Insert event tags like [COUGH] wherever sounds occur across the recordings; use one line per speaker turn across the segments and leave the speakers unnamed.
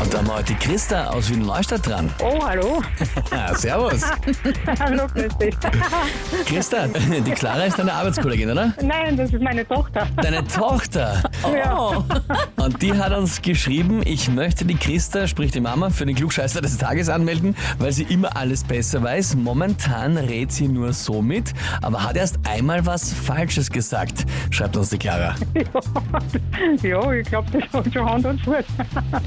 Und da haben wir heute die Christa aus Wien-Neustadt dran.
Oh, hallo. [LAUGHS]
[LAUGHS]
Ah, servus.
hallo, grüß dich.
Christa, die Clara ist deine Arbeitskollegin, oder?
Nein, das ist meine Tochter. [LAUGHS]
Deine Tochter. Oh.
Ja.
Und die hat uns geschrieben, ich möchte die Christa, sprich die Mama, für den Klugscheißer des Tages anmelden, weil sie immer alles besser weiß. Momentan rät sie nur so mit, aber hat erst einmal was Falsches gesagt, schreibt uns die Clara.
ja, ich glaube, das hat schon Hand und Fuß.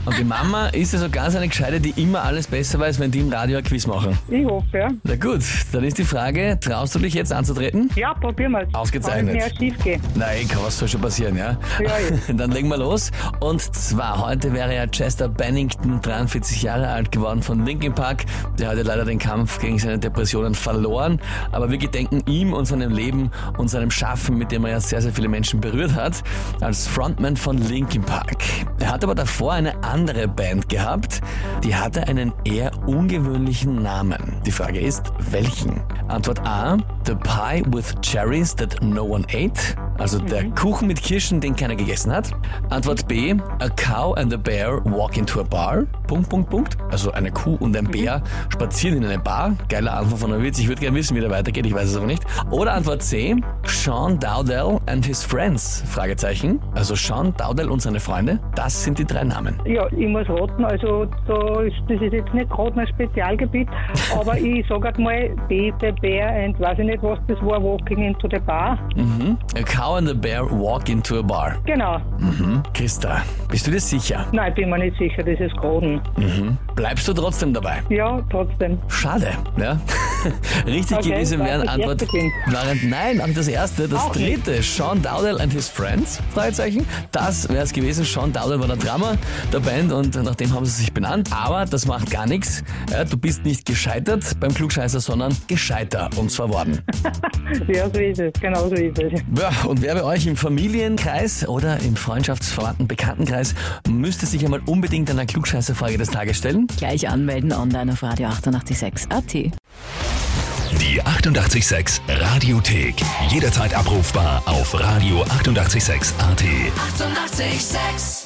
Und die Mama ist ja so ganz eine Gescheite, die immer alles besser weiß, wenn die im Radio ein Quiz machen.
Ich hoffe, ja.
Na gut, dann ist die Frage, traust du dich jetzt anzutreten?
Ja, probieren wir es.
Ausgezeichnet.
Kann nicht mehr schief gehen.
Nein, eh, kann was soll schon passieren, ja?
Ja,
[LAUGHS]
ja.
Dann legen wir los. Und zwar, heute wäre ja Chester Bennington 43 Jahre alt geworden von Linkin Park. Der hatte leider den Kampf gegen seine Depressionen verloren. Aber wir gedenken ihm und seinem Leben und seinem Schaffen, mit dem er ja sehr, sehr viele Menschen berührt hat, als Frontman von Linkin Park. Er hat aber davor eine andere Band gehabt, die hatte einen eher ungewöhnlichen Namen. Die Frage ist, welchen? Antwort A, The Pie with Cherries That No One Ate, also der Kuchen mit Kirschen, den keiner gegessen hat. Antwort B, A Cow and a Bear Walk into a Bar, Punkt, Punkt, Punkt, also eine Kuh und ein Bär spazieren in eine Bar. Geiler Anfang von einem Witz, ich würde gerne wissen, wie der weitergeht, ich weiß es aber nicht. Oder Antwort C, Sean Dowdell and his Friends, Fragezeichen, also Sean Dowdell und seine Freunde, das sind die drei Namen.
Ja, ich muss raten, also da ist, das ist jetzt nicht gerade mein Spezialgebiet, aber ich sage halt mal, B, der Bär und weiß ich nicht, was das war, Walking into the Bar.
Mhm. A cow and a bear walk into a bar.
Genau.
Mhm. Christa, bist du dir sicher?
Nein, bin mir nicht sicher, das ist Groden.
Bleibst du trotzdem dabei?
Ja, trotzdem.
Schade, ja. [LAUGHS] Richtig
Okay,
gewesen
war
wären
das erste
Antwort.
Kind.
Waren, nein, auch das erste, das
Auch nicht.
dritte. Sean Dowdell and his friends? Fragezeichen. Das wäre es gewesen. Sean Dowdell war der Drummer der Band und nach dem haben sie sich benannt. Aber das macht gar nichts. Ja, du bist nicht gescheitert beim Klugscheißer, sondern gescheiter und zwar
[LAUGHS]
worden.
Ja, so ist es, genau so ist es.
Ja, und wer bei euch im Familienkreis oder im Freundschaftsverwandten Bekanntenkreis müsste sich einmal unbedingt einer Klugscheißerfrage des Tages stellen?
Gleich anmelden online auf Radio 886 AT.
Die 88,6 Radiothek. Jederzeit abrufbar auf radio886.at. 88,6.
Eighty-eight, sex.